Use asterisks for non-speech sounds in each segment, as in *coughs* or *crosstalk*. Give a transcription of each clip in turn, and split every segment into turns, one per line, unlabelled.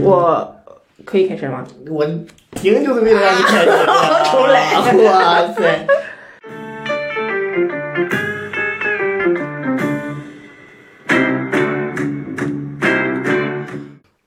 我可以开始吗？
我停就是为了让你开始的，
重
*laughs*
来
哇塞！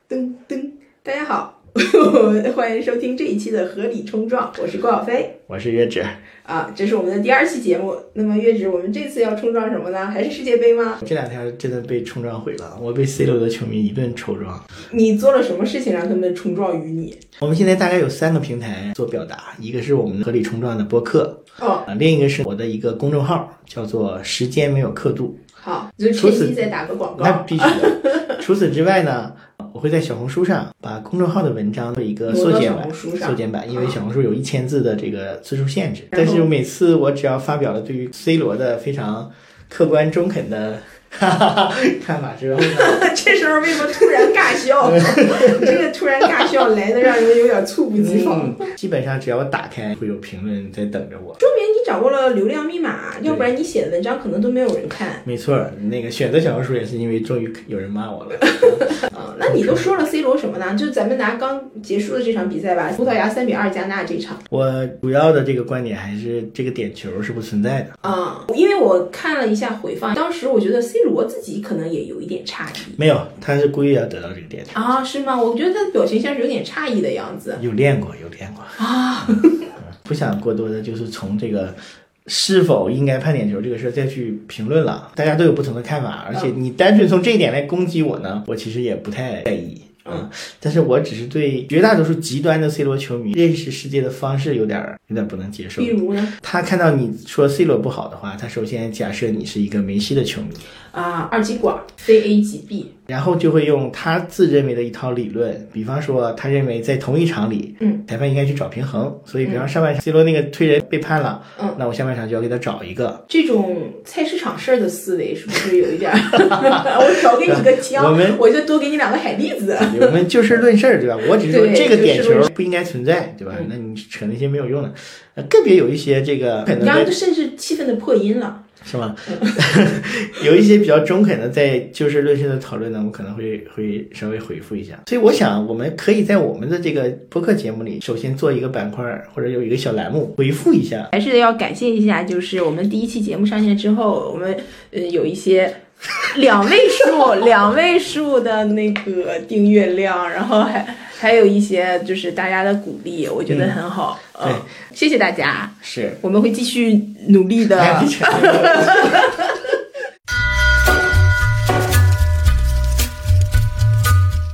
噔噔，
大家好， *laughs* 欢迎收听这一期的《合理冲撞》，我是郭小飞
我是月芷。
啊，这是我们的第二期节目。那么月指，我们这次要冲撞什么呢？还是世界杯吗？
这两天真的被冲撞毁了，我被 C 罗的球迷一顿抽撞。
你做了什么事情让他们冲撞于你？
我们现在大概有三个平台做表达，一个是我们合理冲撞的播客，
哦，
啊，另一个是我的一个公众号，叫做“时间没有刻度”。
好，就
除
趁
此
机再打个广
那
告。
必须的。 *laughs* 除此之外呢，我会在小红书上把公众号的文章做一个
挪
缩
到
减
小
版
红，书上
缩减版，因为
啊
小红书有一千字的这个字数限制。
然后
但是每次我只要发表了对于 C 罗的非常客观中肯的 *laughs* 看法之后呢，
*laughs* 这时候为什么突然尬笑？ *laughs* 这个突然尬笑来的让人有点猝不及防。
嗯，基本上只要我打开，会有评论在等着我。
说明你掌握了流量密码，
对
要不然你写的文章可能都没有人看。
没错儿，那个选择小红书也是因为终于有人骂我了。
嗯，那你都说了 C 罗什么呢？就咱们拿刚结束的这场比赛吧，葡萄牙三比二加纳这场。
我主要的这个观点还是这个点球是不存在的。
啊、因为我看了一下回放，当时我觉得 C 罗自己可能也有一点诧异
没有，他是故意要得到这个点球。
啊，是吗？我觉得他的表情像是有点诧异的样子
有练过，有练过，
啊。
*laughs* 不想过多的就是从这个是否应该判点球这个事儿再去评论了。大家都有不同的看法，而且
嗯
你单纯从这一点来攻击我呢，我其实也不太在意。
嗯，
但是我只是对绝大多数极端的 C 罗球迷认识世界的方式有点儿有点儿不能接受
比。如呢，
他看到你说 C 罗不好的话，他首先假设你是一个梅西的球迷，
啊，二极管 C A 级 B，
然后就会用他自认为的一套理论，比方说他认为在同一场里，
嗯，
裁判应该去找平衡，所以比方上半场 C 罗那个推人被判了，
嗯，
那我下半场就要给他找一个。
这种菜市场事儿的思维是不是有一点儿？ *laughs* 我少给你个
我
枪，
们
*laughs*
*laughs*
我就多给你两个海蛎子。
我们就事论事儿，对吧？我只是说
对
这个点
就
球
事论
不应该存在，对吧
嗯？
那你扯那些没有用的，呃个别有一些这个可能
然后
在
就甚至气愤的破音了。
是吗？ *laughs* 有一些比较中肯的在就事论事的讨论呢，我们可能会会稍微回复一下。所以我想，我们可以在我们的这个播客节目里，首先做一个板块儿或者有一个小栏目回复一下
还是要感谢一下，就是我们第一期节目上线之后，我们呃有一些两位数、两位数的那个订阅量，然后还还有一些就是大家的鼓励，我觉得很好。嗯，
对
谢谢大家，
是。
我们会继续努力的。 *laughs*
哎你这个 *laughs*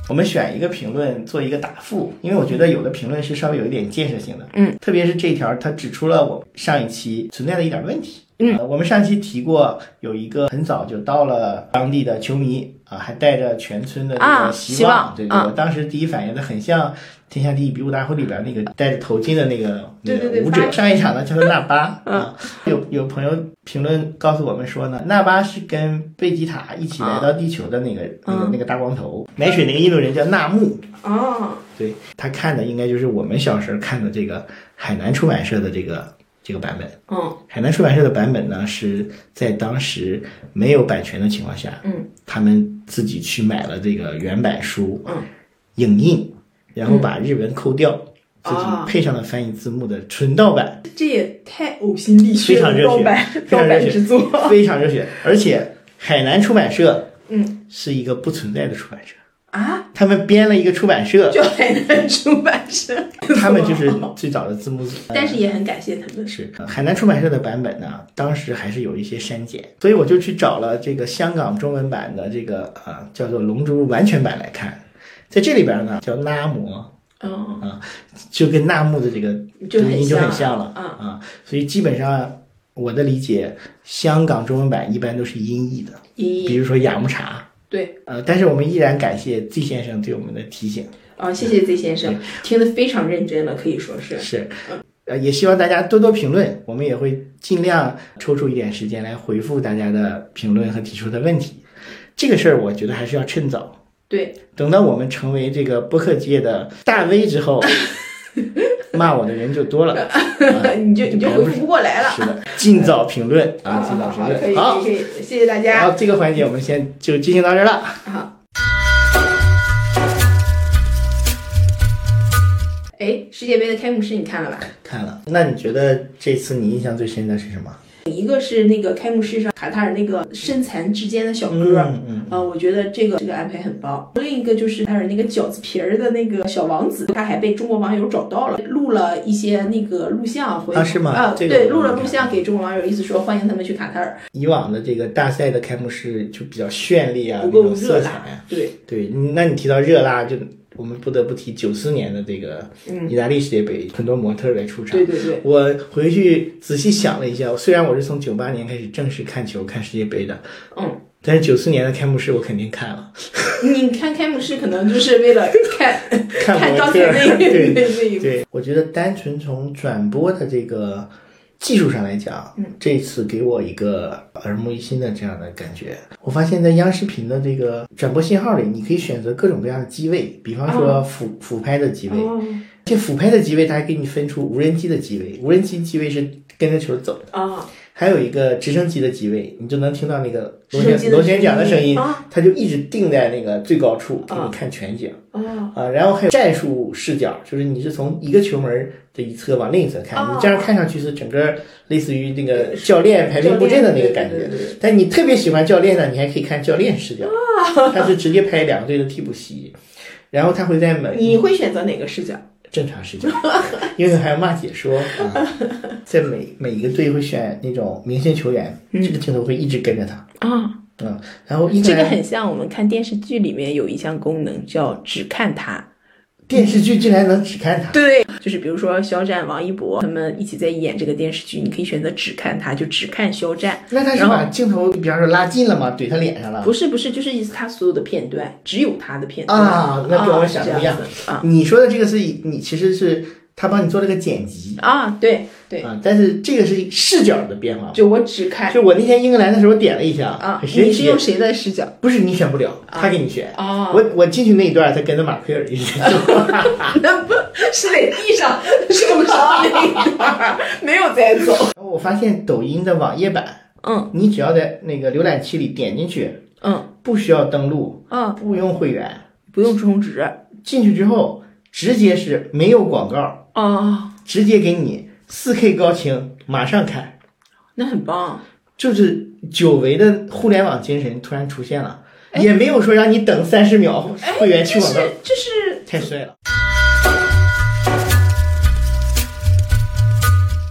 我们选一个评论做一个答复，因为我觉得有的评论是稍微有一点建设性的，
嗯，
特别是这条，它指出了我上一期存在的一点问题，
嗯
呃我们上期提过有一个很早就到了当地的球迷啊，还带着全村的这
啊
个希
希望
对
啊
我当时第一反应的很像《天下第一比武大会》里边那个戴着头巾的那个那
对对
个
对
舞
巴
者，上一场呢叫做纳巴，
*laughs* 嗯
啊，有有朋友评论告诉我们说呢，纳巴是跟贝吉塔一起来到地球的那个、那个
嗯
那个大光头，奶水那个印度人叫纳木，
哦，
对他看的应该就是我们小时候看的这个海南出版社的这个这个版本。
嗯
海南出版社的版本呢是在当时没有版权的情况下，
嗯，
他们自己去买了这个原版书，
嗯，
影印，然后把日文抠掉，自己
啊
配上了翻译字幕的纯盗版。
这也太呕心沥血
非常
了，
热血
盗版
非
啊盗
常热
版
血
之作。
非常热血，而且海南出版社，
嗯，
是一个不存在的出版社，
啊，
他们编了一个出版
*laughs*
社，
就海南出版社，
他们就是最早的字幕组。
*laughs* 但是也很感谢他们。
是呃海南出版社的版本呢，当时还是有一些删减，所以我就去找了这个香港中文版的这个呃叫做《龙珠》完全版来看，在这里边呢叫拉摩，
嗯，
就跟纳木的这个
就
读
很
音就很
像
像了
嗯
啊，所以基本上我的理解，香港中文版一般都是音译的，比
一
如说雅木茶，
对。
呃，但是我们依然感谢 Z 先生对我们的提醒，
啊、谢
嗯
谢 Z 先生，听得非常认真了，可以说是。
是，呃，也希望大家多多评论，我们也会尽量抽出一点时间来回复大家的评论和提出的问题。这个事儿，我觉得还是要趁早，
对， *laughs*
等到我们成为这个播客界的大 V 之后，骂我的人就多了，啊
你就你
别
就
不
回
是
复不过来了。
是的，尽早评
*laughs*
论啊，尽早
好
评
好，可以
论。好，
可以，可以谢谢大
然
家。
后这个环节我们先就进行到这儿了。
好。哎，世界杯的开幕式你看了吧？
看了，那你觉得这次你印象最深的是什么？
一个是那个开幕式上卡塔尔那个身残志坚的小哥，
嗯嗯
呃，我觉得这个这个安排很棒。另一个就是还有那个饺子皮儿的那个小王子，他还被中国网友找到了，录了一些那个录像回
啊是吗
啊，
这个
对，
我
录了
没
录
看
像给中国网友，意思说欢迎他们去卡塔尔。
以往的这个大赛的开幕式就比较绚丽啊，
不
那
够
种色
热
彩
辣
啊。
对，
对，那你提到热辣，就我们不得不提九四年的这个
嗯
意大利世界杯，很多模特儿来出场
对。对对，
我回去仔细想了一下，虽然我是从九八年开始正式看球、看世界杯的，
嗯，
但是九四年的开幕式我肯定看
*laughs*
了，
你看开幕式可能就是为了看
看模
当
特
天
儿。
那
*laughs*
个
对
那那一幕。
对，我觉得单纯从转播的这个技术上来讲，
嗯
这次给我一个耳目一新的这样的感觉。我发现，在央视频的这个转播信号里，你可以选择各种各样的机位，比方说俯、俯拍的机位，
哦
而且俯拍的机位它还给你分出无人机的机位，无人机机位是跟着球走，
啊，
还有一个直升机的机位，你就能听到那个螺
手机
旋
的
螺旋桨的声音，
啊
它就一直定在那个最高处给你
啊
看全景。
啊
啊，然后还有战术视角，就是你是从一个球门的一侧往另一侧看，
哦
你这样看上去是整个类似于那个教练排兵布阵的那个感
对
觉
对对对。
但你特别喜欢教练呢，你还可以看教练视角，
哦
他是直接拍两个队的替补席，然后他会在每
你会选择哪个视角？
正常视角， *laughs* 因为还要骂解说啊，在每每一个队会选那种明星球员，这个镜头会一直跟着他。
嗯啊，
嗯，然后一
这个
来
很像我们看电视剧里面有一项功能叫只看他。
电视剧竟然能只看他，
对，就是比如说肖战、王一博他们一起在演这个电视剧，你可以选择只看他，就只看肖战。
那他是把镜头比方说拉近了吗？怼他脸上了吗？
不是不是，就是意思他所有的片段只有他的片段
啊，那跟我想的
啊
一样
是这。子啊
你说的这个是以你其实是他帮你做了个剪辑
啊，对对，
啊，但是这个是视角的变化。
就我只看
就我那天英格兰的时候点了一下
啊，
很神
你是
奇
用，谁的视角？
不是你选不了，他给你选。
啊，
我我进去那一段，他跟着马奎尔一起走。
那不是在地上受伤那一段儿，没有在走。
我发现抖音的网页版，
嗯
你只要在那个浏览器里点进去，
嗯
不需要登录，
嗯，
不用会员，
不用充值
进去之后直接是没有广告，
啊，
直接给你四 K 高清，马上看。
那很棒。
就是久违的互联网精神突然出现了，也没有说让你等三十秒会员去
这
广告，
哎是这是
太帅了。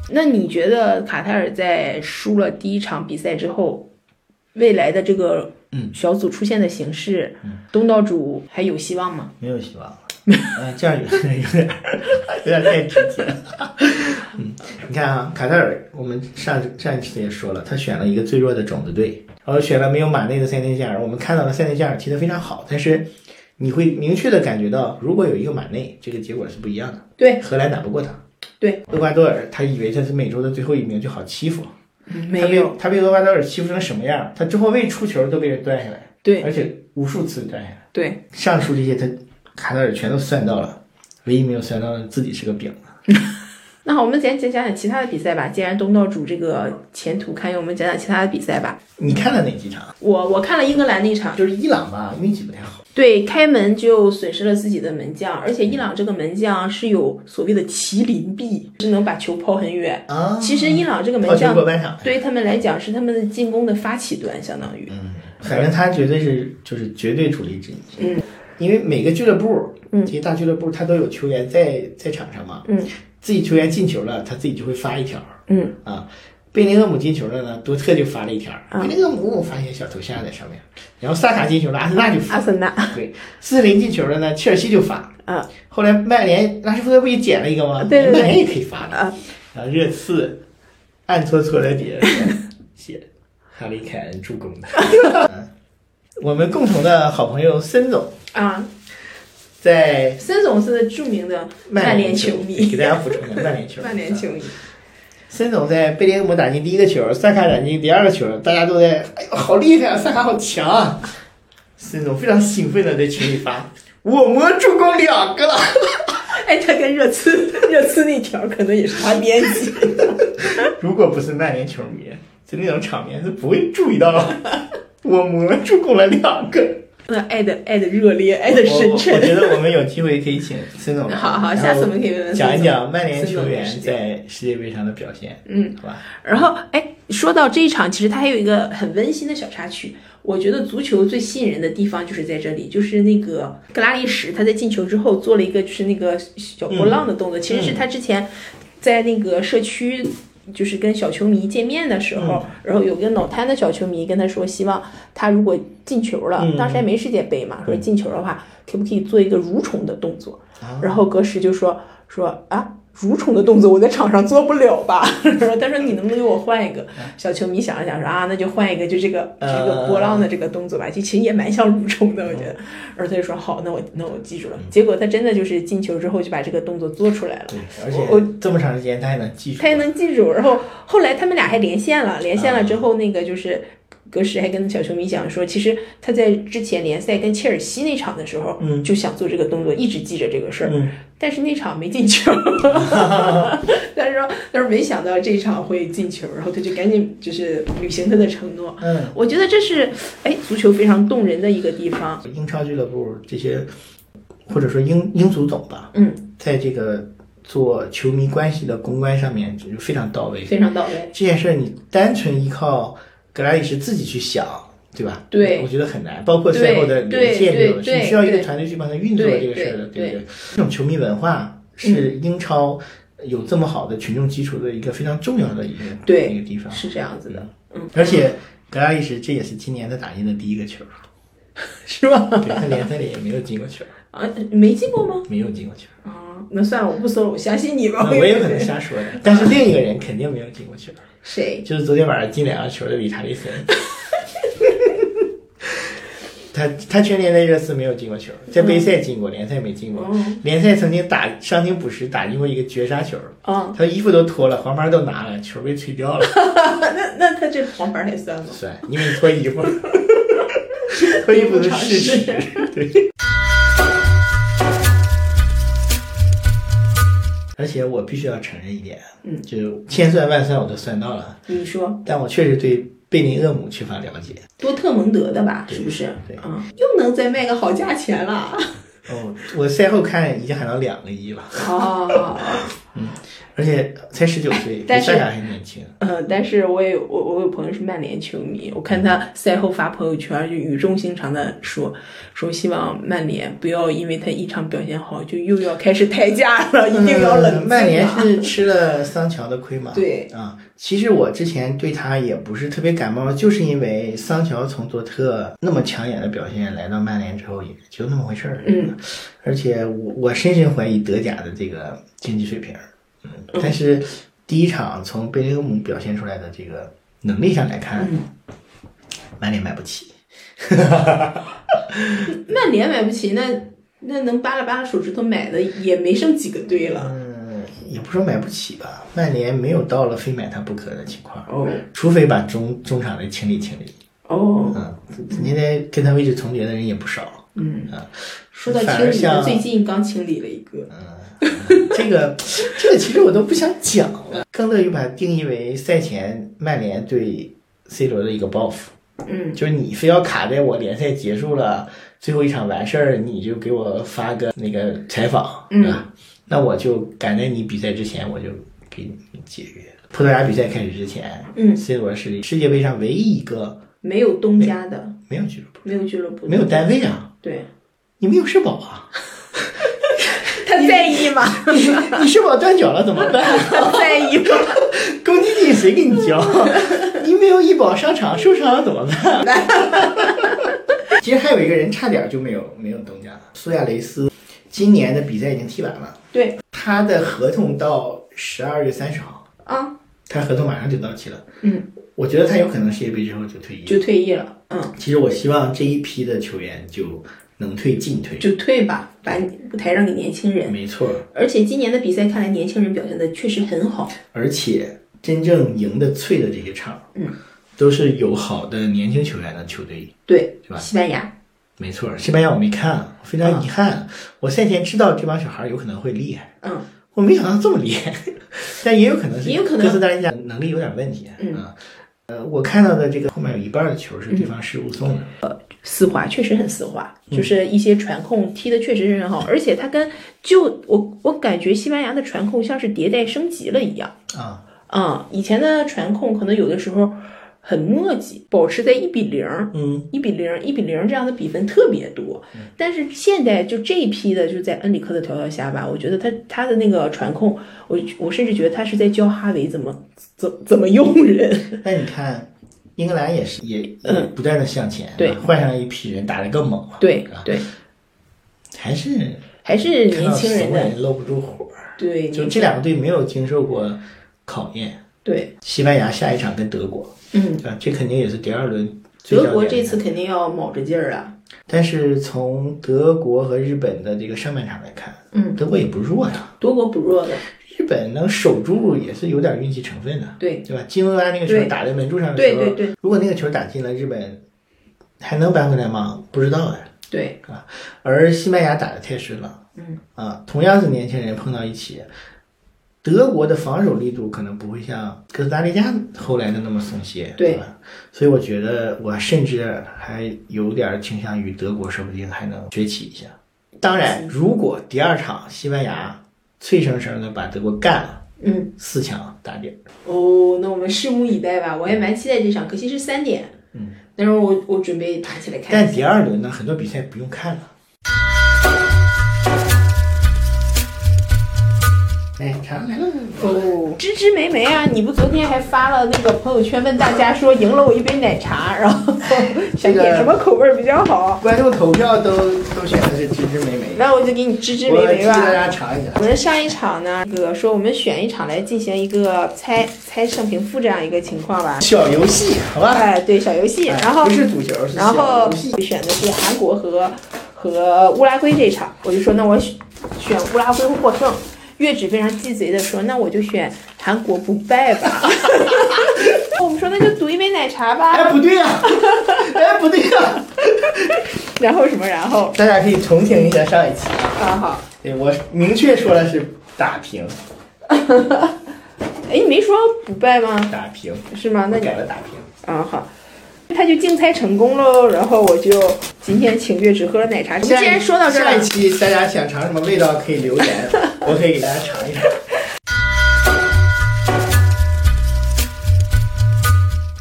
那你觉得卡塔尔在输了第一场比赛之后，未来的这个
嗯
小组出现的形式，东道主还有希望吗？
没有希望了，呃，这样有点有点有点太直接了。嗯，你看啊，卡塔尔，我们上上一期也说了，他选了一个最弱的种子队，然后选了没有马内的塞内加尔。我们看到了塞内加尔踢得非常好，但是你会明确的感觉到，如果有一个马内，这个结果是不一样的。
对，
荷兰打不过他。
对，
厄瓜多尔，他以为他是美洲的最后一名，就好欺负。
没有，
他被，他被厄瓜多尔欺负成什么样？他中后卫出球都被人断下来，
对
而且无数次断下来。
对，
上述这些他卡塔尔全都算到了，唯一没有算到的自己是个饼。
那好，我们先讲讲其他的比赛吧。既然东道主这个前途堪忧，我们讲讲其他的比赛吧。
你看了哪几场？
我我看了英格兰那场，
就是伊朗吧，运气不太好。
对，开门就损失了自己的门将，而且伊朗这个门将是有所谓的麒麟臂，是能把球抛很远。
啊
其实伊朗这个门
跑全
将
国半场。
对于他们来讲是他们的进攻的发起端，相当于。
反正他绝对是就是绝对主力之一。
嗯，
因为每个俱乐部，
嗯
这些大俱乐部他都有球员在在场上嘛，
嗯，
自己球员进球了，他自己就会发一条，
嗯
啊。贝林厄姆进球了呢，多特就发了一条。
啊
贝林厄姆我发现小头像在上面，然后萨卡进球了，阿森纳就发
阿。森纳，
对，四零进球了呢，切尔西就发。
啊，
后来曼联拉什福德不也捡了一个吗？
对对对
曼联也可以发的。
啊，
然后热刺暗搓搓的
*laughs*
底下写哈里凯恩助攻的。 *laughs* 嗯我们共同的好朋友森总
啊，
在
森总是著名的曼
联
联球
给
迷，
大家补充一下曼联球迷。
曼联球迷，
森总在贝林厄姆打进第一个球，萨卡打进第二个球，大家都在哎呦好厉害啊，萨卡好强啊！森总非常兴奋的在群里发：“我魔助攻两个了。”
哎，他跟热刺 *laughs* 热刺那条可能也是他编辑。
如果不是曼联球迷，就那种场面是不会注意到的。 *laughs* 我们助攻了两个，
不要爱的爱的热烈，爱的
我
深
我觉
沉。
得我们有机会可以请孙总来，
*laughs* 好好，
然后
下次我们可以问问
讲一
孙总
讲曼联球
孙总的
员
事情
在世界杯上的表现，
嗯，
好吧？
然后，哎，说到这一场，其实它还有一个很温馨的小插曲。我觉得足球最吸引人的地方就是在这里，就是那个格拉利什他在进球之后做了一个就是那个小波浪的动
嗯
作，其实是他之前在那个社区。就是跟小球迷见面的时
嗯
候，然后有个脑瘫的小球迷跟他说，希望他如果进球了，
嗯
当时还没世界杯嘛，
对
说
啊
进球的话，可不可以做一个蠕虫的动作？然后格什就说说啊，蠕虫的动作我在场上做不了吧？ *laughs* 然后他说你能不能给我换一个？小球迷想了想说啊，那就换一个，就这个这个波浪的这个动作吧，就其实也蛮像蠕虫的，我觉得。然后他就说好，那我那我记住了。结果他真的就是进球之后就把这个动作做出来了。
对，而
我
且这么长时间他还能记住，
他也能记住。然后后来他们俩还连线了，连线了之后，那个就是格什还跟小球迷讲说，其实他在之前联赛跟切尔西那场的时候，
嗯
就想做这个动作，一直记着这个事儿，
嗯
但是那场没进球。 *laughs* 但是说，但是没想到这一场会进球，然后他就赶紧就是履行他的承诺。
嗯，
我觉得这是哎，足球非常动人的一个地方。
英超俱乐部这些，或者说英英足总吧，
嗯，
在这个做球迷关系的公关上面就非常到位。
非常到位，
这件事儿你单纯依靠格拉利什自己去想，对吧？
对
我觉得很难。包括赛后的连线这种，是需要一个团队去帮他运作这个事儿的，对不对？这种球迷文化是英超有这么好的群众基础的一个非常重要的一个
对
一个地方，
是这样子的，嗯，
而且。格拉利什这也是今年他打进的第一个球，
*laughs* 是吧？
对他联赛里也没有进过球，
啊，没进过吗？
没有进过球。
*laughs* 啊，那算了，我不搜了，我相信你吧。
那我也可能瞎说的，但是另一个人肯定没有进过球。
*laughs* 谁？
就是昨天晚上进两个球的理查利森。 *laughs* 他他全联赛热刺没有进过球，在杯赛进过，联赛没进过。
嗯哦，
联赛曾经打伤停补时打进过一个绝杀球，
啊，
他衣服都脱了，黄牌都拿了，球被吹掉了。
*laughs* 那那他这黄牌还算吗？
算，因为脱
*laughs*
衣服，脱衣服的事实。对。而且我必须要承认一点，啊
嗯，
就千算万算我都算到了，
你说
但我确实对贝林厄姆缺乏了解。
多特蒙德的吧，
对
是不是？
对
啊，又能再卖个好价钱了。
哦，我赛后看已经喊到两个亿了，
哦，
而且才十九岁，
*laughs* 但
比
是
萨卡还年轻。 *laughs*
呃，但是我也有我我有朋友是曼联球迷，我看
嗯
他赛后发朋友圈就语重心长的说说希望曼联不要因为他一场表现好就又要开始抬价了，一定要冷静啊。
嗯曼联是吃了桑乔的亏嘛？
对
啊，其实我之前对他也不是特别感冒，就是因为桑乔从多特那么抢眼的表现来到曼联之后，也就那么回事儿。
嗯，
而且我我深深怀疑德甲的这个竞技水平。嗯，但是第一场从贝林厄姆表现出来的这个能力上来看，曼联买不起。
曼联买不起，那那能扒拉扒拉手指头买的也没剩几个队了。
嗯，也不说买不起吧，曼联没有到了非买他不可的情况，
哦
除非把中中场的清理清理。
哦，
嗯，现在跟他位置重叠的人也不少。
嗯
啊，
说到
反
清
而
理，我
像
最近刚清理了一个。
这个，这个其实我都不想讲了，更乐于把它定义为赛前曼联对 C 罗的一个报复，
嗯，
就是你非要卡在我联赛结束了最后一场完事儿，你就给我发个那个采访，
嗯
啊，那我就赶在你比赛之前我就给你解约。葡萄牙比赛开始之前，
嗯
，C 罗是世界杯上唯一一个
没有东家的，
没有俱乐部、
没有俱乐部的，
没有单位啊，
对，
你没有社保啊，
他在意吗？
*laughs* 你社保断缴了怎么办？
他在
*laughs*
意吗？
公积金谁给你交？你没有医保上场受伤了怎么办？
*laughs*
其实还有一个人差点就没有没有东家了，苏亚雷斯，今年的比赛已经踢完了，
对
他的合同到十二月三十号，
啊，
他合同马上就到期了。
嗯，
我觉得他有可能世界杯之后就退役。
就退役了，嗯，
其实我希望这一批的球员就能退尽退。
就退吧，把舞台让给年轻人。
没错，
而且今年的比赛看来，年轻人表现的确实很好。
而且真正赢得脆的这些场，
嗯，
都是有好的年轻球员的球队。
对
是吧
西班牙，
没错，西班牙我没看，非常遗憾。我赛前知道这帮小孩有可能会厉害，
嗯，
我没想到这么厉害， *laughs* 但也有可能是
也有可能
哥斯达黎加能力有点问题，
嗯
啊。呃，我看到的这个后面有一半的球是对方失误送的，
丝滑确实很丝滑，
嗯
就是一些传控踢的确实是很好，而且它跟就我我感觉西班牙的传控像是迭代升级了一样。
啊，
啊、以前的传控可能有的时候很磨叽，保持在一比零、
嗯，
一比零、一比零这样的比分特别多。但是现在就这一批的，就在恩里克的调教下吧，我觉得他他的那个传控，我我甚至觉得他是在教哈维怎么怎怎么用人。
那你看，英格兰也是也也不断的向前，
嗯对
换上了一批人打得更猛了，
对
啊
对，
还是
还是
看到
年轻人
怂
的
人搂不住火儿，
对，
就
年
这
轻
两个队没有经受过考验。
对，
西班牙下一场跟德国，
嗯，
啊，这肯定也是第二轮最
德
焦
国
点
这
的
次肯定要卯着劲儿啊。
但是从德国和日本的这个上半场来看，
嗯，
德国也不弱呀，
德国不弱的，
日本能守住也是有点运气成分的，
对
对吧？金文安那个球
对
打在门柱上的时
对
候，
对对
如果那个球打进了，日本还能扳回来吗？不知道啊呀、
对，
而西班牙打得太深了，
嗯
啊，同样是年轻人碰到一起，德国的防守力度可能不会像哥斯达黎加后来的那么松懈，
对
吧？所以我觉得我甚至还有点倾向于德国，说不定还能崛起一下。当
嗯
然，如果第二场西班牙脆生生的把德国干了，
嗯。
四强打底儿，
哦，那我们拭目以待吧，我还蛮期待这场，可惜是三点。
嗯，
但是我我准备爬起来看
但
一下。
第二轮呢，很多比赛不用看了。哎，啥来了？
哦，芝芝莓莓啊，你不昨天还发了那个朋友圈问大家说赢了我一杯奶茶，
*laughs*
然后想点什么口味比较好？
观众投票都都选的是芝芝莓莓，
那我就给你芝芝莓
我替
莓吧。
大家尝一下。
我们上一场呢，那个说我们选一场来进行一个猜猜胜平负这样一个情况吧。
小游戏，好吧？
哎，对，小游戏，
哎
然后
不是赌球，是
然后
小游戏。
选的是韩国和和乌拉圭这场，我就说那我选选乌拉圭获胜。月指非常鸡贼的说，那我就选韩国不败 *laughs* 吧。我们说那就赌一杯奶茶吧，
哎，不对呀、 *laughs* 哎，不对呀、
然后什么然后
大家可以重听一下上一期，
啊好，
对我明确说了是打平，
哎你没说不败吗？
打平，
是吗？那
我
你
改了打平。
啊好。他就竞猜成功喽，然后我就今天请月指喝了奶茶。既
下一
然说到这儿
下一
了，
期大家想尝什么味道可以留
*laughs*
言，我可以给大家尝一尝。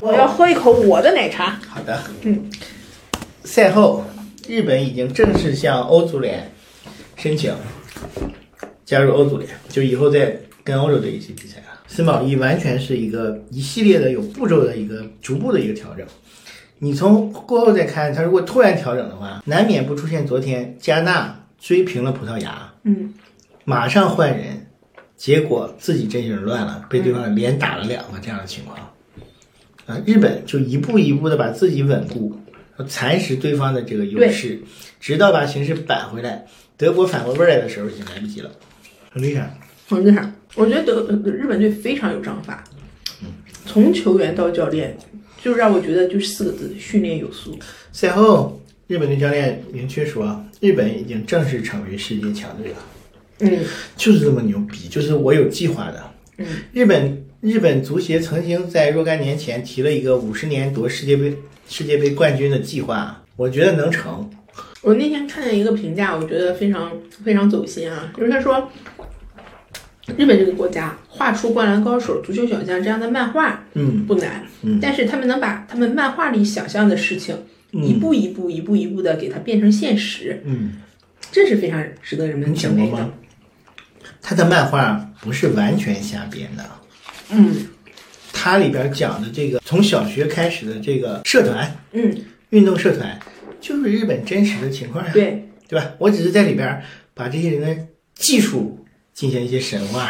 我要喝一口我的奶茶。
好的，
嗯。
赛后，日本已经正式向欧足联申请加入欧足联，就以后再跟欧洲队一起比赛啊。森宝一完全是一个一系列的有步骤的一个逐步的一个调整。你从过后再看，他如果突然调整的话，难免不出现昨天加纳追平了葡萄牙，
嗯，
马上换人，结果自己阵型乱了，被对方连打了两个这样的情况。啊，日本就一步一步的把自己稳固，蚕食对方的这个优势，直到把形势扳回来。德国反过味儿来的时候已经来不及了，很厉害。
我这样，我觉得德呃日本队非常有章法，从球员到教练，就让我觉得就四个字：训练有素。
赛后，日本队教练明确说，啊日本已经正式成为世界强队了，
嗯
就是这么牛逼，就是我有计划的。
嗯，
日本日本足协曾经在若干年前提了一个五十年夺世界杯世界杯冠军的计划，我觉得能成。
我那天看见一个评价，我觉得非常非常走心啊，就是他说，日本这个国家画出《灌篮高手》《足球小将》这样的漫画
嗯
不难，
嗯
但是他们能把他们漫画里想象的事情，一
嗯
步一步、一步一步的给它变成现实，
嗯。
这是非常值得人们
你
敬
想过
佩的
吗。？他的漫画不是完全瞎编的，
嗯
它里边讲的这个从小学开始的这个社团
嗯，
运动社团，就是日本真实的情况呀，
对，
对吧？我只是在里边把这些人的技术进行一些神话，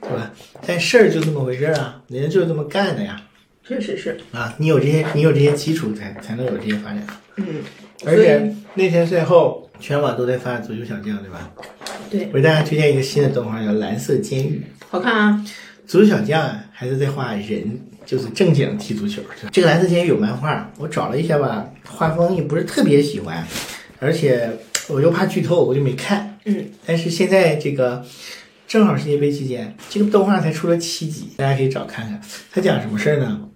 对吧？但事儿就这么回事儿啊，人家就是这么干的呀，
确实是，
啊，你有这些，你有这些基础才才能有这些发展。
嗯，
而
所以
且那天赛后，全网都在发足球小将，对吧？
对，
我给大家推荐一个新的动画，叫《蓝色监狱》。
好看啊，
足球小将啊，还是在画人，就是正经踢足球。这个蓝色监狱有漫画，我找了一下吧，画风也不是特别喜欢，而且我又怕剧透，我就没看。
嗯，
但是现在这个正好世界杯期间，这个动画才出了七集，大家可以找看看。它讲什么事儿呢？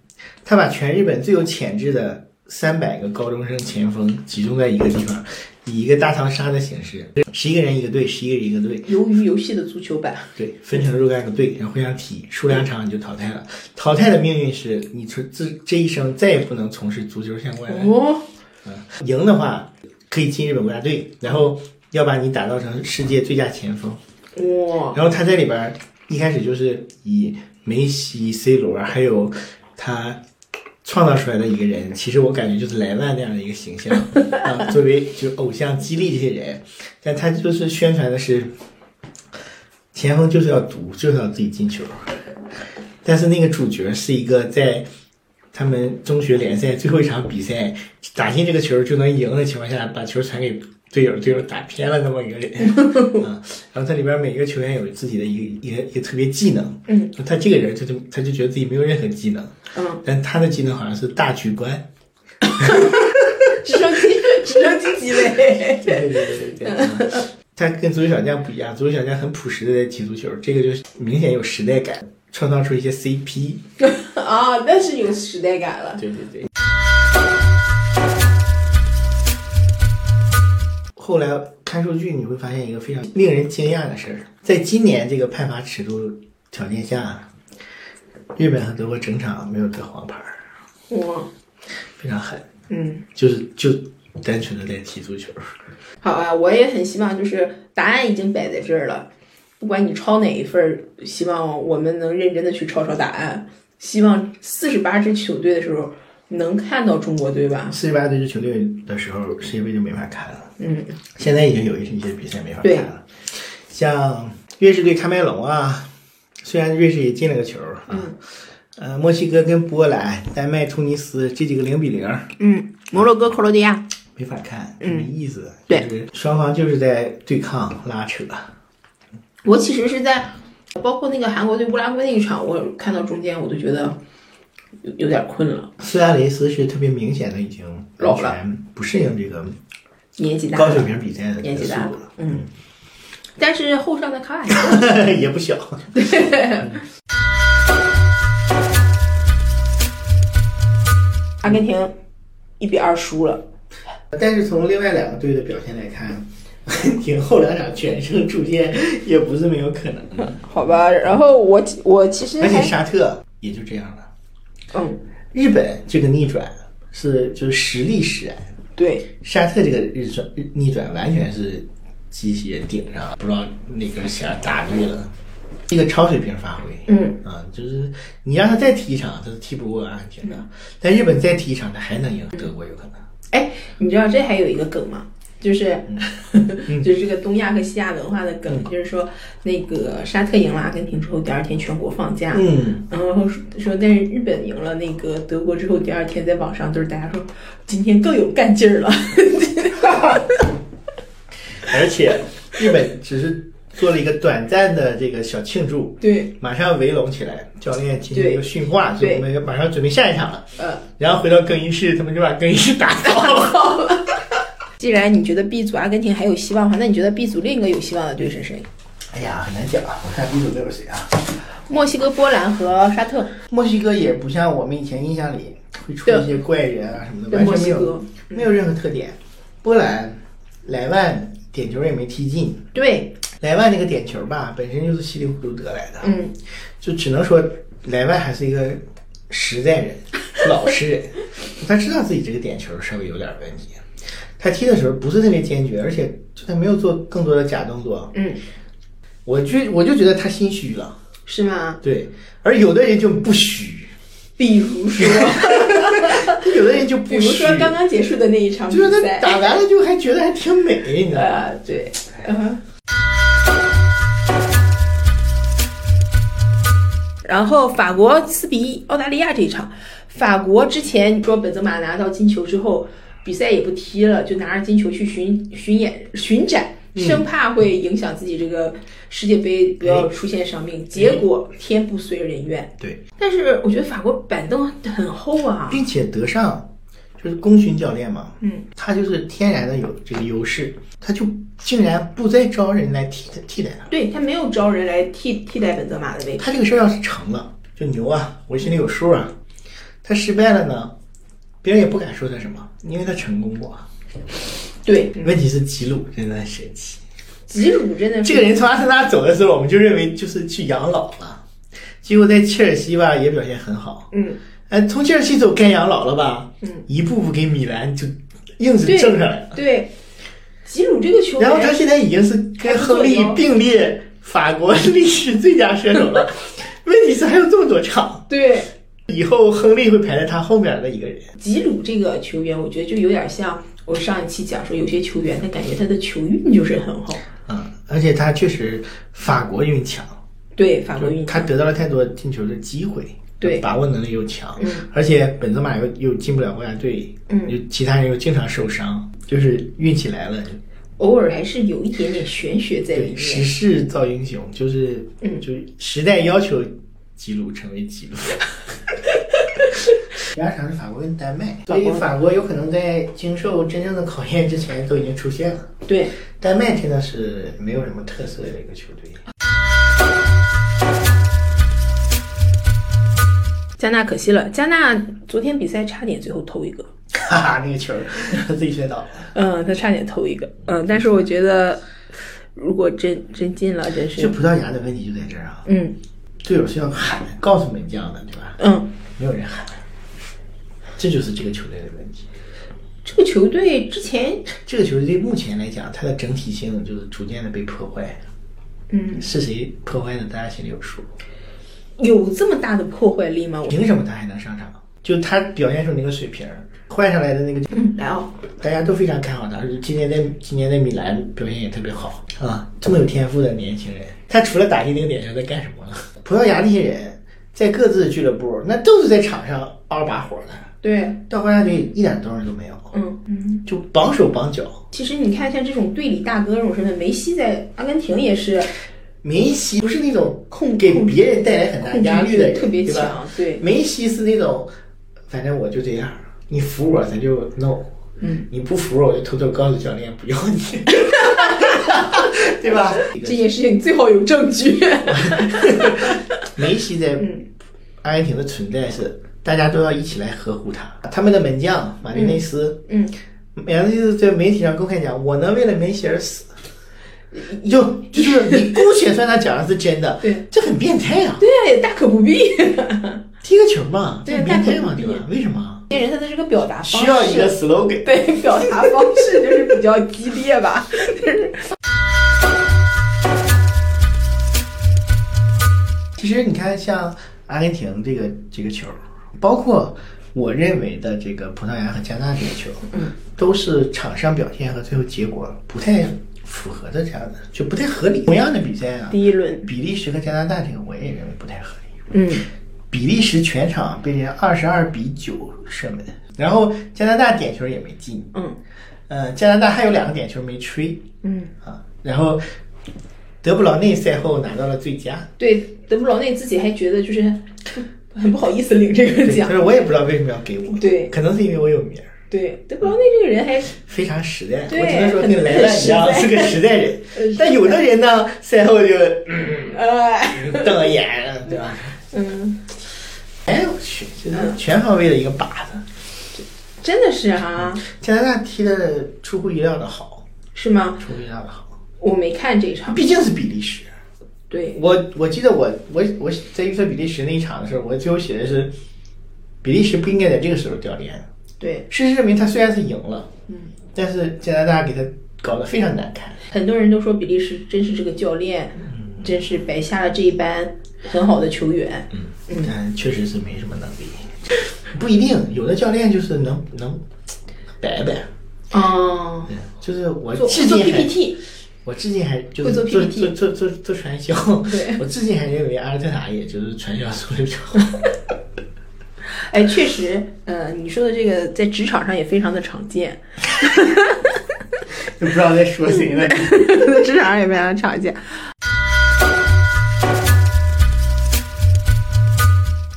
他把全日本最有潜质的三百个高中生前锋集中在一个地方，以一个大逃杀的形式，十一个人一个队，十一个人一个队，
鱿鱼游戏的足球版，
对，分成若干个队，然后互相踢，输两场你就淘汰了。淘汰的命运是你从自这一生再也不能从事足球相关的啊
哦，
赢的话可以进日本国家队，然后要把你打造成世界最佳前锋。
哇，
然后他在里边儿一开始就是以梅西、C 罗还有他创造出来的一个人，其实我感觉就是莱万那样的一个形象啊，作为就是偶像激励这些人，但他就是宣传的是前锋就是要独，就是要自己进球。但是那个主角是一个在他们中学联赛最后一场比赛打进这个球就能赢的情况下，把球传给队友，队友打偏了那么一个人啊。然后它里边每个球员有自己的一个一个一个特别技能，
嗯，
他这个人他就他就觉得自己没有任何技能，
嗯，
但他的技能好像是大局观，
直升机，直升机积累，
对对对对对。他跟足球小将不一样，足球小将很朴实的在踢足球，这个就是明显有时代感，创造出一些 CP。
*laughs* 啊，那是有时代感了。
*laughs* 对对对。后来看数据，你会发现一个非常令人惊讶的事儿，在今年这个判罚尺度条件下，日本和德国整场没有得黄牌儿，
哇，
非常狠，
嗯。
就是就单纯的在踢足球。
好吧，我也很希望，就是答案已经摆在这儿了，不管你抄哪一份儿，希望我们能认真的去抄抄答案。希望四十八支球队的时候能看到中国队吧？
四十八对支球队的时候，世界杯就没法看了。
嗯，
现在已经有一些比赛没法
对
看了，像瑞士对喀麦隆啊，虽然瑞士也进了个球啊，
嗯
呃，墨西哥跟波兰、丹麦、突尼斯这几个零比零
嗯，摩洛哥、克罗地亚，
没法看，没意思。
嗯对，
就是双方就是在对抗拉扯。
我其实是在包括那个韩国对乌拉圭那一场，我看到中间我就觉得有有点困了，
苏亚雷斯是特别明显的已经
老了，
不适应这个
年纪大
高水
了，
平比赛的
年纪
速
大
度
了，嗯。但是后上的卡瓦尼，
了， *laughs* 也不小。
阿根廷一比二输了，
但是从另外两个队的表现来看， *laughs* 挺后两场全胜出现也不是没有可
嗯
能的。
好吧。然后我我其实
而且
还
沙特也就这样了。
嗯，
日本这个逆转是就是实力使然，
对，
沙特这个日转日逆转完全是鸡血顶上，不知道哪根弦儿打对了，一个超水平发挥。
嗯
啊，就是你让他再踢一场，他都踢不过阿根廷的。
嗯
但日本再踢一场，他还能赢德国，有可能。
哎，你知道这还有一个梗吗？就是，
嗯
*laughs* 就是这个东亚和西亚文化的梗，就是说那个沙特赢了阿根廷之后，第二天全国放假，
嗯，
然后说说但是日本赢了那个德国之后，第二天在网上就是大家说今天更有干劲儿了， *laughs*
*laughs* 而且日本只是做了一个短暂的这个小庆祝，
对，
马上围拢起来，教练进行一个训话，说
对
我们马上准备下一场了。
呃，
然后回到更衣室，他们就把更衣室打爆了。
既然你觉得 B 组阿根廷还有希望的话，那你觉得 B 组另一个有希望的队是谁？
*laughs* 哎呀，很难讲啊！我看 B 组都有谁啊？
墨西哥、波兰和沙特，
墨西哥也不像我们以前印象里会出一些怪人啊什么的，
对
完
墨
全没
西
有
哥，
没有任何特点。波兰莱万点球也没踢进，
对，
莱万那个点球吧，本身就是稀里糊涂得来的，
嗯，
就只能说莱万还是一个实在人、老实人， *laughs* 他知道自己这个点球稍微有点问题，他踢的时候不是特别坚决，而且就他没有做更多的假动作，
嗯，
我就我就觉得他心虚了，
是吗？
对，而有的人就不虚，
比
*laughs*
如说，
有的人就
比
不
如
虚
说，刚刚结束的那一场比
就是他
赛，
打完了就还觉得还挺美，你知道吗？
呃，对，嗯。然后法国四比一澳大利亚这一场，法国之前说本泽马拿到金球之后，比赛也不踢了，就拿着金球去巡巡演巡展，生怕会影响自己这个世界杯不要出现伤病。结果天不遂人愿。
对，
但是我觉得法国板凳很厚啊，
并且德尚就是功勋教练嘛，
嗯，
他就是天然的有这个优势，他就竟然不再招人来替替代他。
对他没有招人来替替代本泽马的位置。
他这个事儿要是成了，就牛啊，我心里有数啊。他失败了呢，别人也不敢说他什么，因为他成功过啊。
对，
问题是吉鲁真的很神奇，
吉鲁真的是
这个人从阿森纳走的时候，我们就认为就是去养老了，结果在切尔西吧也表现很好。
嗯，
哎，从切尔西走该养老了吧？
嗯，
一步步给米兰就硬是
对
挣上来了。
*laughs* 对，吉鲁这个球员，
然后他现在已经是跟亨利并列法国历史最佳射手
*laughs*
了，问题是还有这么多场。
对
以后亨利会排在他后面的一个人。
吉鲁这个球员，我觉得就有点像我上一期讲说，有些球员他感觉他的球运就是很好。
嗯，而且他确实法国运强，
对法国
就
运
他得到了太多进球的机会，
对
把握能力又强，
嗯
而且本泽马又又进不了国家队，
嗯
又其他人又经常受伤，就是运气来了。
偶尔还是有一点点玄学在里
对，时
面。
势造英雄，就是
嗯
就是时代要求记录成为
*laughs*
记录。第二场是法国跟丹麦，所以法国有可能在经受真正的考验之前都已经出现了。
对，
丹麦真的是没有什么特色的一个球
*laughs*
队。
加纳可惜了，加纳昨天比赛差点最后投一个，
哈哈，那个球儿 *laughs* 他自己摔倒了。
嗯，他差点投一个，嗯，但是我觉得如果真真进了，真
这
是，
葡萄牙的问题就在这儿啊，
嗯
队友是要喊，告诉门将的，对吧？
嗯，
没有人喊，这就是这个球队的问题。
这个球队之前，
这个球队目前来讲，它的整体性就是逐渐的被破坏，
嗯，
是谁破坏的，大家心里有数。
有这么大的破坏力吗？我
凭什么他还能上场？就他表现出那个水平儿，换上来的那个
嗯，莱奥，
大家都非常看好他，今年在今年在米兰表现也特别好啊，这么有天赋的年轻人，他除了打进那个点球在干什么呢？葡萄牙那些人在各自的俱乐部，那都是在场上二把火的，
对，
到国家队一点动静都没有，
嗯嗯。
就绑手绑脚。
其实你看，像这种队里大哥这种身份，梅西在阿根廷也是
梅西不是那种
控
给
控
别人带来很大
呃控制
压力的
欲
人，
特别
对吧？
强，对，
梅西是那种，反正我就这样，你服我咱就弄，
嗯，
你不服我就偷偷告诉教练不要你，
*laughs*
对吧？
这件事情最好有证 *laughs* 据。啊
梅西在
嗯
阿根廷的存在是大家都要一起来呵护他，他们的门将马丁内斯，
嗯，
马丁内斯在媒体上公开讲，我能为了梅西而死。就就是你姑且算他讲的是真的，
对，
这很变态啊！
对啊，也大可不必。 *laughs*
踢个球嘛，这
对
很变态
大
嘛，
可
对
不必
吧？为什么
这人他的这个表达方式
需要一个 slogan？
对表达方式就是比较激烈吧，就是
其实你看，像阿根廷这个这个球，包括我认为的这个葡萄牙和加拿大这个球，
嗯
都是场上表现和最后结果不太符合的这样的，就不太合理。同样的比赛啊，
第一轮，
比利时和加拿大这个我也认为不太合理。
嗯，
比利时全场被人二十二比九射门，然后加拿大点球也没进，
嗯
呃，加拿大还有两个点球没吹
嗯，
啊，然后德布劳内赛后拿到了最佳。
*laughs* 对，德布劳内自己还觉得就是很不好意思领这个
对，
奖
但，是我也不知道为什么要给我，
对
可能是因为我有名儿，
对，德布劳内这个人还
非常实在。
对
我只能说跟莱万一样
很
是
实
个实在
*laughs*
人
呃，
但有的人呢，赛后就嗯
呃，
瞪了眼，对吧？
嗯，
哎我去，就是全方位的一个靶子。
真的是哈、
加拿大踢的出乎意料的好，
是吗？
出乎意料的好，
我没看这场，
毕竟是比利时。
对，
我我记得我我我在预测比利时那一场的时候，我最后写的是，比利时不应该在这个时候掉链。
对，
事实证明，他虽然是赢了，
嗯，
但是加拿大给他搞得非常难看。
很多人都说比利时真是这个教练，真是白瞎了这一班很好的球员。嗯
但确实是没什么能力，不一定，有的教练就是能能摆摆，
哦，
嗯就是我
做
至
做
今还，
PPT，
我至今还就
会
是
做
做
PPT
做做做做传销
对，
*laughs* 我至今还认为阿尔特塔也就是传销苏州。
哎，确实，呃，你说的这个在职场上也非常的常见。
都不知道在说谁呢。
*laughs* 职场上也非常常见。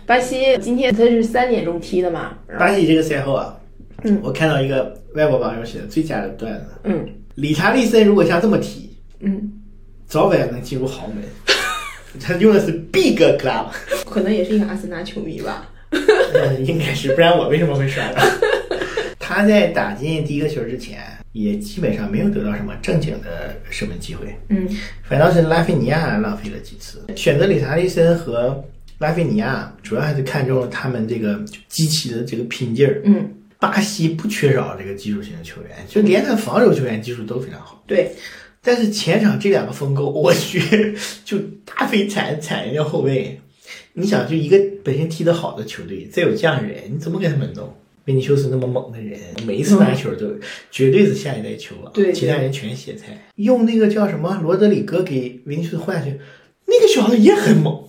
巴西今天他是三点钟踢的嘛，然后
巴西这个赛后啊，
嗯
我看到一个外国网友写的最佳的段子：
嗯
理查利森如果像这么踢，
嗯，
早晚能进入豪门。 *laughs* 他用的是 big club，
可能也是一个阿森纳球迷吧。
嗯 *laughs* 应该是，不然我为什么会刷
*laughs*
到？他在打进第一个球之前，也基本上没有得到什么正经的射门机会。
嗯
反倒是拉菲尼亚浪费了几次。选择理查利森和拉菲尼亚，主要还是看中了他们这个极其的这个拼劲儿。
嗯，
巴西不缺少这个技术型的球员，就连他防守球员技术都非常好。
对，
但是前场这两个疯狗，我去，就大飞铲铲人家后卫。你想，就一个本身踢得好的球队，再有这样的人，你怎么给他们弄？维尼修斯那么猛的人，每一次拿球都、绝对是下一代球王，
对对
其他人全歇菜。用那个叫什么罗德里戈给维尼修斯换下去，那个小子也很猛。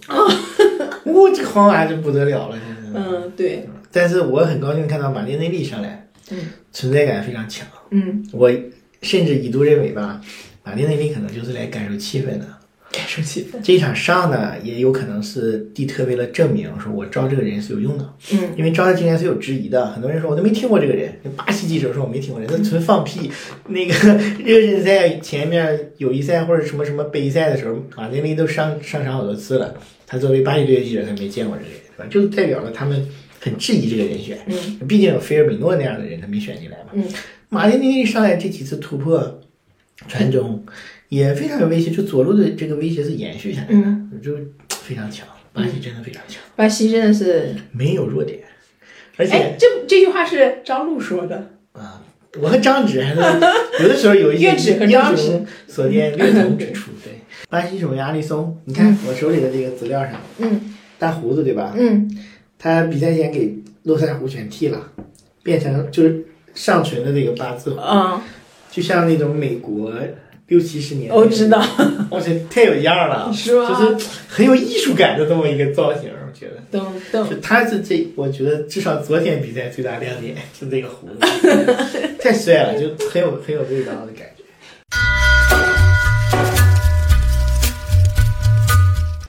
*laughs* 我、这个皇马就不得了了，真的。
啊嗯对，
但是我很高兴看到马列内利上来，
嗯
存在感非常强。
嗯，
我甚至一度认为吧，马丁内利可能就是来感受气氛的。
感受气氛。
这一场上呢，也有可能是蒂特为了证明说我招这个人是有用的，
嗯
因为招他之前是有质疑的，很多人说我都没听过这个人。巴西记者说我没听过人，
嗯
那纯放屁。那个 *laughs* 热身赛前面友谊赛或者什么什么杯赛的时候，马丁内利都上上场好多次了，他作为巴西队的记者，他没见过这个人，对吧？就代表了他们很质疑这个人选。
嗯
毕竟有菲尔米诺那样的人，他没选进来嘛。
嗯
马丁内利上来这几次突破传中也非常有威胁，就左路的这个威胁是延续下来的，
嗯，
就非常强。巴西真的非常强，
巴西真的是，
没有弱点，而
哎
且，
这这句话是张璐说的。
啊。我和张芷还是 *laughs* 有的时候有
*laughs*
一些
乐指和张芷
英雄所见略同之处。对，巴西首名阿利松，你看我手里的这个资料上，
嗯
大胡子对吧？
嗯
他比赛前给络腮胡全剃了，变成就是上唇的这个八字胡，
啊，
就像那种美国六七十年代，
我哦知道，
我去，太有样了，
是吧
就是很有艺术感的这么一个造型，我觉得。
等等，
就他是这，我觉得至少昨天比赛最大亮点是这个
*laughs*
胡子，太帅了，就很有很有味道的感觉。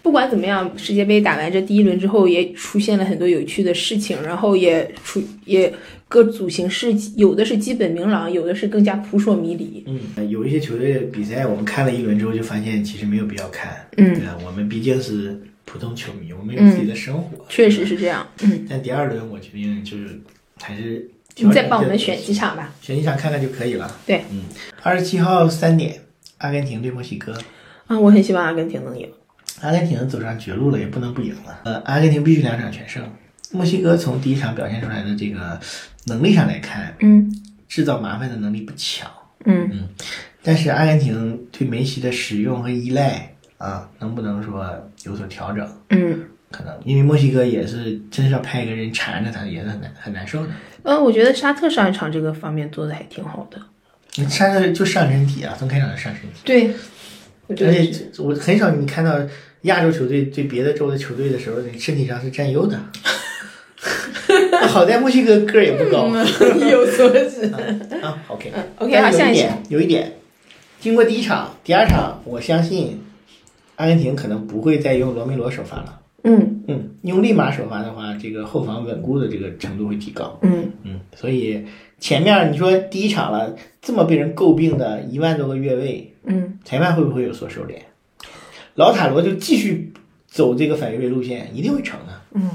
不管怎么样，世界杯打完这第一轮之后，也出现了很多有趣的事情，然后也出也各组形式，有的是基本明朗，有的是更加扑朔迷离。
嗯，有一些球队的比赛，我们看了一轮之后，就发现其实没有必要看。
嗯
啊，我们毕竟是普通球迷，我们有自己的生活。
确实是这样。嗯，
但第二轮我决定就是还是调整
你
一下
再帮我们选几场吧。
选一场看看就可以了。
对，
嗯，二十七号三点，阿根廷对墨西哥，
啊，我很希望阿根廷能赢。
阿根廷走上绝路了，也不能不赢了。呃，阿根廷必须两场全胜。墨西哥从第一场表现出来的这个能力上来看，
嗯
制造麻烦的能力不强，
嗯
但是阿根廷对梅西的使用和依赖啊，能不能说有所调整？
嗯
可能因为墨西哥也是真是要派一个人缠着他，也是很难很难受的。
呃，我觉得沙特上一场这个方面做的还挺好的。
你上来就上身体啊，从开场就上身体。
*laughs* 对，我觉
而
得
且
是
我很少你看到亚洲球队对别的州的球队的时候，你身体上是占优的。 *laughs* 好在墨西哥个儿也不高、
嗯有所指。
啊。OK
嗯，OK，
但
好，
是有
下
一
一场。
点，有一点，经过第一场、第二场，我相信阿根廷可能不会再用罗梅罗首发了。
嗯
嗯，用利马首发的话，这个后防稳固的这个程度会提高。
嗯
嗯，所以前面你说第一场了，这么被人诟病的一万多个越位，
嗯
裁判会不会有所收敛？老塔罗就继续走这个反越位路线，一定会成的。
嗯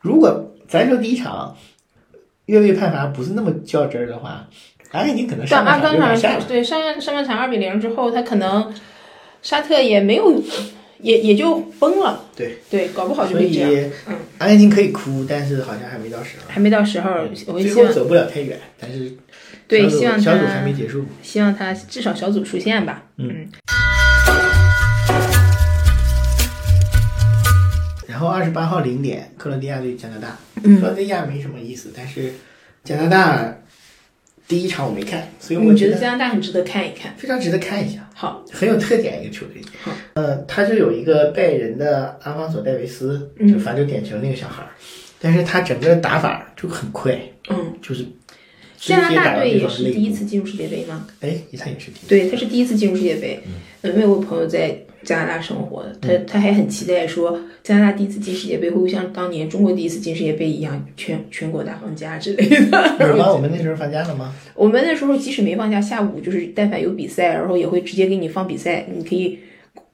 如果咱说第一场越位判罚不是那么较真儿的话，阿根廷可能
嗯
上
但阿
半场
根
就拿
廷
下了。
对上半上半场二比零之后，他可能沙特也没有，也也就崩了。
对
对，搞不好就
所
会这样。
以
嗯
阿根廷可以哭，但是好像还没到时候。
还没到时候，嗯我
最
希
后
望
走不了太远，但是
对，
小组
希望
小组还没
他
结束。
希望他至少小组出线吧。嗯
嗯然后二十八号零点，克罗地亚对加拿大。
嗯
克罗地亚没什么意思，但是加拿大第一场我没看，所以我
我嗯觉
觉
得
得
加拿大很值得看一看。
非常值得看一下。
好，
很有特点一个球队
好。
呃，他就有一个拜仁的阿方索戴维斯，
嗯
就罚球点球那个小孩儿，但是他整个打法就很快，
嗯，
就是直
加拿
接打
大
到
队
对
也
方的
是
肋
第一
骨
次进入世界杯吗？
哎，他也是第一，
*laughs* 对，他是第一次进入世界杯。嗯，因嗯为我朋友在加拿大生活的，他他还很期待说加拿大第一次进世界杯会不会像当年中国第一次进世界杯一样全全国大放假之类的。
有吗？我们那时候放假了吗？
我们那时候即使没放假，下午就是但凡有比赛，然后也会直接给你放比赛，你可以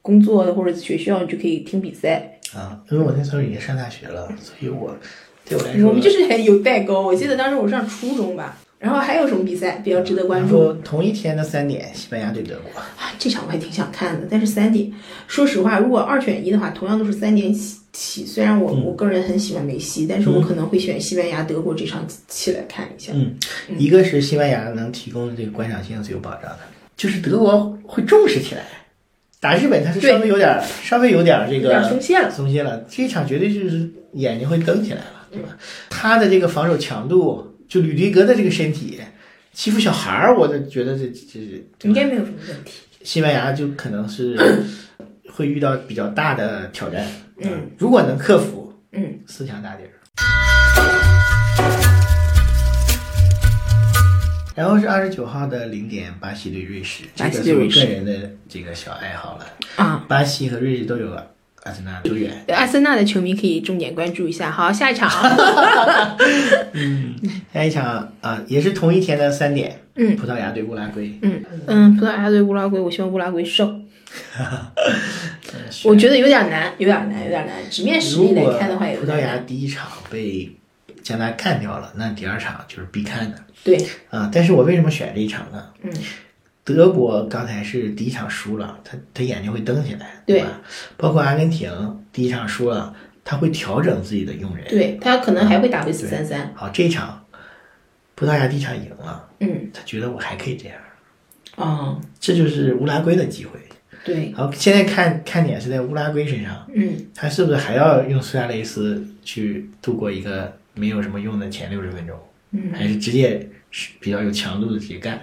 工作的或者学校你就可以听比赛。
啊，因为我那时候已经上大学了，所以我对我来说，
我们就是很有代沟。我记得当时我上初中吧，然后还有什么比赛比较值得关
然
注？
后同一天的三点，西班牙对德国，
啊，这场我还挺想看的，但是三点，说实话，如果二选一的话，同样都是三点起起。虽然我、
嗯
我个人很喜欢梅西，但是我可能会选西班牙、德国这场起来看一下。
嗯，一个是西班牙能提供的这个观赏性是有保障的，就是德国会重视起来。打日本，他是
对
稍微有点儿，稍微有点儿这
有点
个
松懈了，
松懈了，这一场绝对就是眼睛会瞪起来了，对
嗯
吧？他的这个防守强度，就吕迪格的这个身体欺负小孩儿，我都觉得这这这
应该没有什么问题。
西班牙就可能
*coughs*
是会遇到比较大的挑战。
嗯，
如果能克服，
嗯，
四强打底儿。然后是二十九号的零点，巴西对瑞士，这
巴
个
西
是
对
我
瑞士
个人的这个小爱好了。
啊，
巴西和瑞士都有阿森纳球员，
阿森纳的球迷可以重点关注一下。好，下一场，
下一场啊也是同一天的三点，
嗯
葡萄牙对乌拉圭，
嗯嗯，葡萄牙对乌拉圭，我希望乌拉圭胜，
呃是
我觉得有点难，有点难，有点难。直面实
如
力来
果
看的话，有
葡
点
萄牙
难。
第一场被加拿大干掉了，那第二场就是必看的。
对，
啊，但是我为什么选这一场呢？
嗯，
德国刚才是第一场输了，他他眼睛会瞪起来，
对
吧？包括阿根廷第一场输了，他会调整自己的用人。
对他可能还会打回四三三。
好，这一场葡萄牙第一场赢了，
嗯，
他觉得我还可以这样，
哦，
这就是乌拉圭的机会。
对，
好，现在看看点是在乌拉圭身上，
嗯。
他是不是还要用苏亚雷斯去度过一个没有什么用的前六十分钟？
嗯
还是直接是比较有强度的直接干，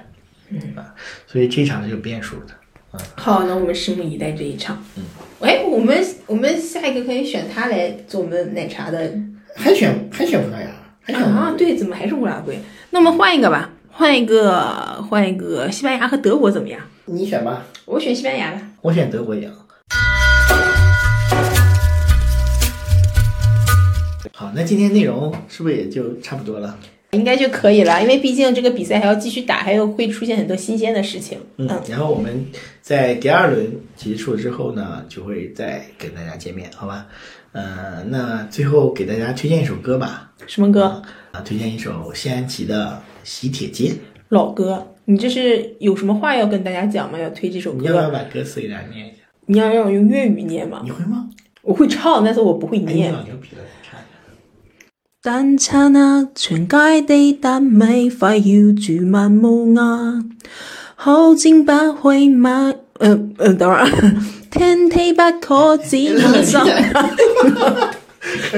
嗯啊，所以这场是有变数的。
好，那我们拭目以待这一场。嗯，哎，我们我们下一个可以选他来做我们奶茶的
还选还选葡萄牙，还选
啊？对，怎么还是乌拉圭？那我们换一个吧，换一个换一个西班牙和德国怎么样？
你选吧，
我选西班牙吧。
我选德国赢。好，那今天内容是不是也就差不多了？
应该就可以了，因为毕竟这个比赛还要继续打，还有会出现很多新鲜的事情。
嗯，然后我们在第二轮结束之后呢，就会再跟大家见面，好吧？呃，那最后给大家推荐一首歌吧，
什么歌？
啊，推荐一首谢安琪的《喜帖街》。
老歌，你这是有什么话要跟大家讲吗？要推这首
你要不
歌？
要把歌词给大家念一下？
你要让我用粤语念吗？
你会吗？
我会唱，但是我不会
哎，你
念。
老牛逼了，你看一下。
蛋餐啊，全街地蛋米快要煮慢冇啊，好煎不会买，呃呃，等会儿， *laughs* 天梯不可只我心，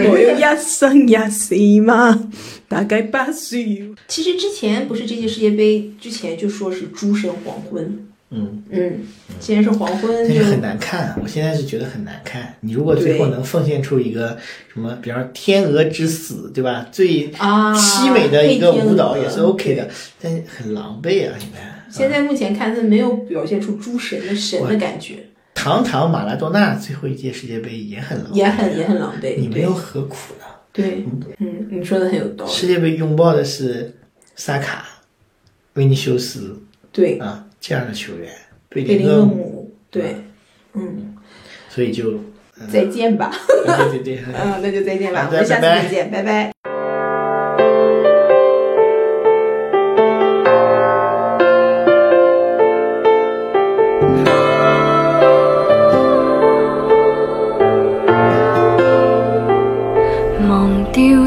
我要一生一世吗？大概不需要。其实之前不是这届世界杯之前就说是诸神黄昏，
嗯，
嗯，既然是黄昏
但
就是
很难看啊，我现在是觉得很难看。你如果最后
对
能奉献出一个什么，比方说《天鹅之死》，对吧？最
啊，
凄美的一个
配天
舞蹈
鹅
也是 OK 的，但是很狼狈啊！你看，
嗯现在目前看，它没有表现出诸神的神的感觉。
堂堂马拉多纳最后一届世界杯也很狼狈，啊
也很也很狼狈。
你没
对
有何苦呢？
对，嗯，你说的很有道理。
世界杯拥抱的是萨卡、维尼修斯
对，
啊这样的球员，贝
贝
林
林
厄
厄
姆，啊
姆，对，嗯，
所以就，嗯、
再见吧，
对对对。
嗯，那就再见吧，
好
我
的
们下次
拜拜
再见，拜拜。
忘掉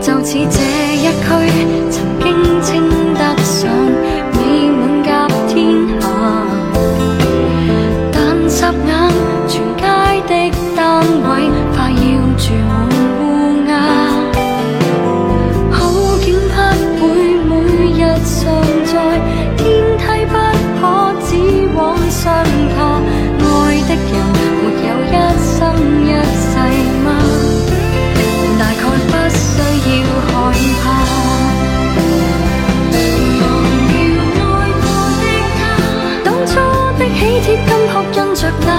就似這一區曾經稱得貼金箔印着那